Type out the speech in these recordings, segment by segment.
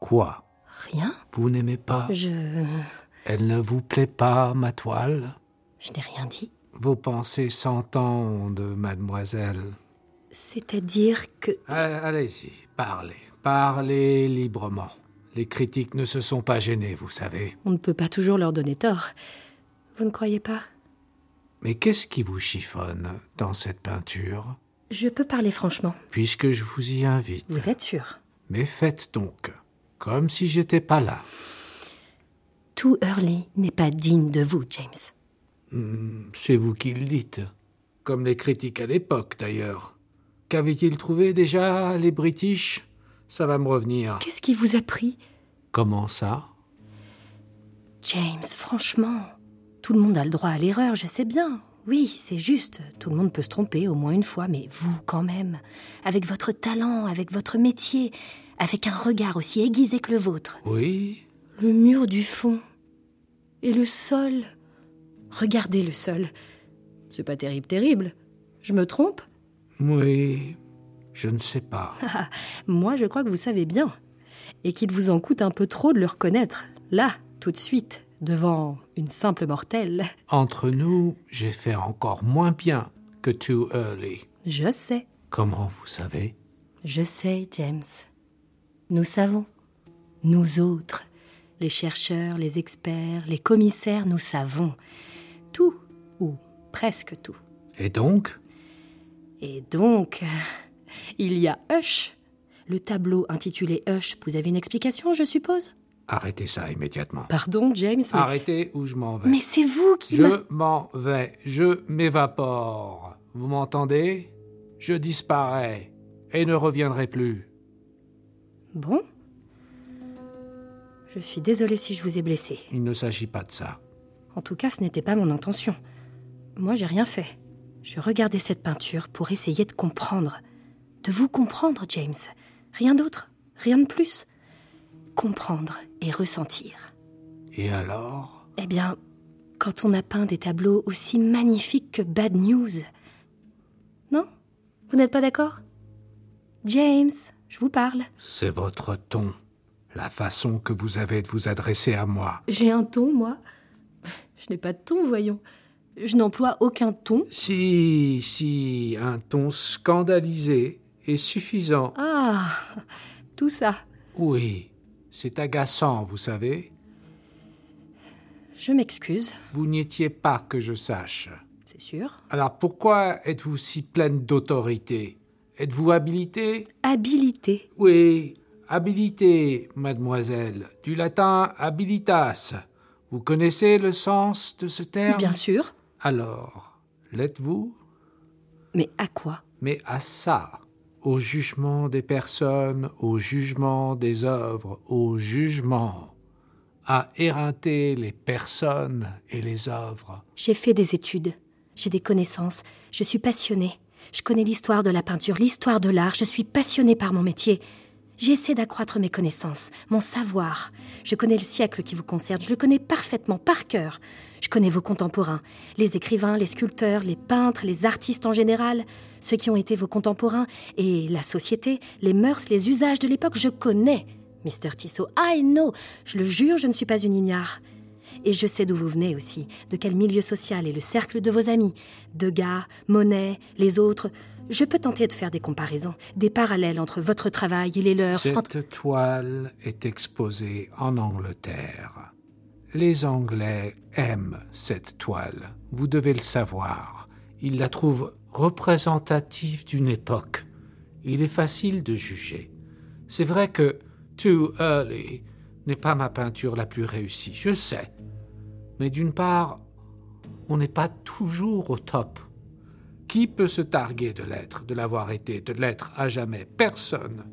Quoi Rien Vous n'aimez pas Je. Elle ne vous plaît pas, ma toile Je n'ai rien dit. Vos pensées s'entendent, mademoiselle. C'est-à-dire que. Allez- Allez-y, parlez. Parlez librement. Les critiques ne se sont pas gênées, vous savez. On ne peut pas toujours leur donner tort. Vous ne croyez pas Mais qu'est-ce qui vous chiffonne dans cette peinture Je peux parler franchement. Puisque je vous y invite. Vous êtes sûr Mais faites donc, comme si j'étais pas là. Tout Hurley n'est pas digne de vous, James. C'est vous qui le dites. Comme les critiques à l'époque, d'ailleurs. Qu'avaient-ils trouvé déjà, les British Ça va me revenir. Qu'est-ce qui vous a pris Comment ça James, franchement. Tout le monde a le droit à l'erreur, je sais bien. Oui, c'est juste. Tout le monde peut se tromper au moins une fois, mais vous quand même. Avec votre talent, avec votre métier, avec un regard aussi aiguisé que le vôtre. Oui Le mur du fond. Et le sol. Regardez le sol. C'est pas terrible, terrible. Je me trompe Oui. Je ne sais pas. Moi, je crois que vous savez bien. Et qu'il vous en coûte un peu trop de le reconnaître. Là, tout de suite, devant une simple mortelle. Entre nous, j'ai fait encore moins bien que Too Early. Je sais, Comment vous savez je sais, James. Nous savons. Nous autres, les chercheurs, les experts, les commissaires, nous savons. Tout, ou presque tout. Et donc Et donc, il y a Hush. Le tableau intitulé Hush, vous avez une explication, je suppose Arrêtez ça immédiatement. Pardon, James, mais, Arrêtez ou je m'en vais. mais c'est vous qui m'a- Ah, Je m'en vais, je m'évapore. Vous m'entendez Je disparais et ne reviendrai plus. Bon Je suis désolée si je vous ai blessé. Il ne s'agit pas de ça. En tout cas, ce n'était pas mon intention. Moi, j'ai rien fait. Je regardais cette peinture pour essayer de comprendre. De vous comprendre, James. Rien d'autre, rien de plus. Comprendre et ressentir. Et alors Eh bien, quand on a peint des tableaux aussi magnifiques que Bad News. Non Vous n'êtes pas d'accord James, je vous parle. C'est votre ton, la façon que vous avez de vous adresser à moi. J'ai un ton, moi Je n'ai pas de ton, voyons. Je n'emploie aucun ton. Si, si, un ton scandalisé est suffisant. Ah Tout ça. Oui, c'est agaçant, vous savez. Je m'excuse, Vous n'y étiez pas que je sache. c'est sûr. Alors pourquoi êtes-vous si pleine d'autorité Êtes-vous habilité Habilité. Oui, habilité, mademoiselle, du latin habilitas. Vous connaissez le sens de ce terme Bien sûr. Alors, l'êtes-vous Mais à quoi Mais à ça, au jugement des personnes, au jugement des œuvres, au jugement, à éreinter les personnes et les œuvres. J'ai fait des études. J'ai des connaissances. Je suis passionnée. Je connais l'histoire de la peinture, l'histoire de l'art. Je suis passionnée par mon métier. J'essaie d'accroître mes connaissances, mon savoir. Je connais le siècle qui vous concerne. Je le connais parfaitement, par cœur. Je connais vos contemporains, les écrivains, les sculpteurs, les peintres, les artistes en général, ceux qui ont été vos contemporains, et la société, les mœurs, les usages de l'époque. Je connais, Mr. Tissot. I know. Je le jure, je ne suis pas une ignare. Et je sais d'où vous venez aussi, de quel milieu social est le cercle de vos amis. Degas, Monet, les autres. Je peux tenter de faire des comparaisons, des parallèles entre votre travail et les leurs. entre- Cette toile est exposée en Angleterre. Les Anglais aiment cette toile, vous devez le savoir. Ils la trouvent représentative d'une époque. Il est facile de juger. C'est vrai que Too Early n'est pas ma peinture la plus réussie, je sais. Mais d'une part, on n'est pas toujours au top. Qui peut se targuer de l'être, de l'avoir été, de l'être à jamais Personne.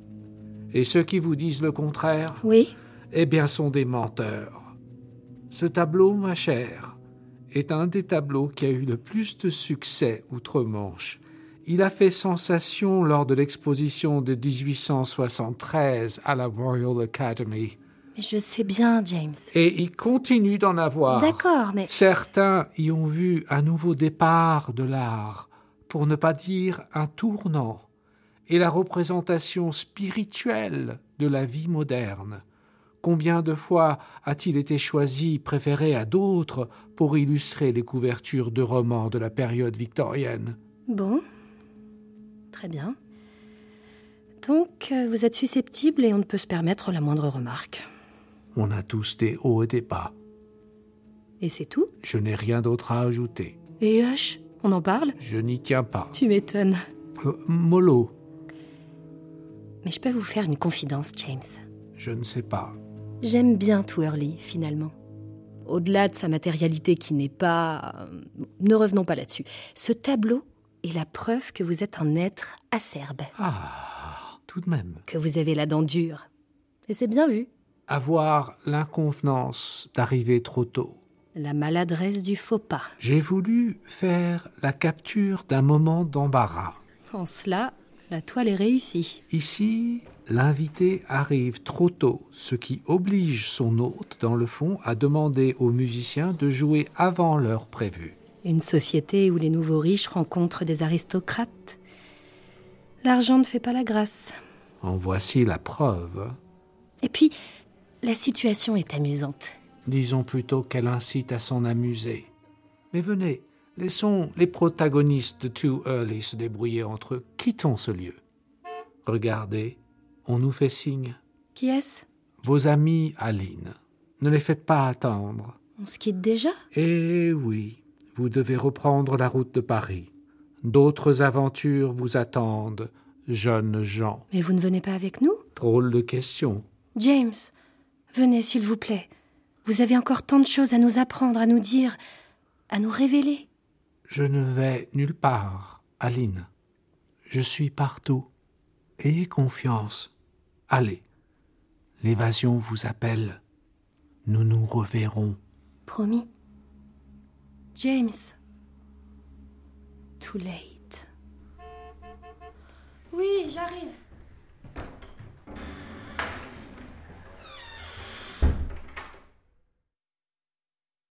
Et ceux qui vous disent le contraire, Oui, eh bien, sont des menteurs. Ce tableau, ma chère, est un des tableaux qui a eu le plus de succès outre-Manche. Il a fait sensation lors de l'exposition de 1873 à la Royal Academy. mais je sais bien, James. Et il continue d'en avoir. D'accord, mais Certains y ont vu un nouveau départ de l'art, pour ne pas dire un tournant, et la représentation spirituelle de la vie moderne, Combien de fois a-t-il été choisi, préféré à d'autres, pour illustrer les couvertures de romans de la période victorienne Bon. Très bien. Donc, euh, vous êtes susceptible et on ne peut se permettre la moindre remarque. On a tous des hauts et des bas. Et c'est tout Je n'ai rien d'autre à ajouter. Et Hush On en parle Je n'y tiens pas. Tu m'étonnes. Euh, Molo, Mais je peux vous faire une confidence, James. je ne sais pas. J'aime bien Twirly, finalement. Au-delà de sa matérialité qui n'est pas... euh, Ne revenons pas là-dessus. Ce tableau est la preuve que vous êtes un être acerbe, Ah, tout de même. que vous avez la dent dure. Et c'est bien vu. Avoir l'inconvenance d'arriver trop tôt. La maladresse du faux pas. J'ai voulu faire la capture d'un moment d'embarras. En cela, la toile est réussie. Ici, l'invité arrive trop tôt, ce qui oblige son hôte, dans le fond, à demander aux musiciens de jouer avant l'heure prévue. Une société où les nouveaux riches rencontrent des aristocrates. L'argent ne fait pas la grâce. En voici la preuve. Et puis, la situation est amusante. Disons plutôt qu'elle incite à s'en amuser. Mais venez, laissons les protagonistes de Too Early se débrouiller entre eux. Quittons ce lieu. Regardez, on nous fait signe. Qui est-ce Vos amis, Aline, ne les faites pas attendre. On se quitte déjà Eh oui, vous devez reprendre la route de Paris. D'autres aventures vous attendent, jeunes gens. Mais vous ne venez pas avec nous Drôle de question. James, venez s'il vous plaît. Vous avez encore tant de choses à nous apprendre, à nous dire, à nous révéler. Je ne vais nulle part, Aline. Je suis partout. Ayez confiance. Allez. L'évasion vous appelle. Nous nous reverrons. Promis. James. Too late. Oui, j'arrive.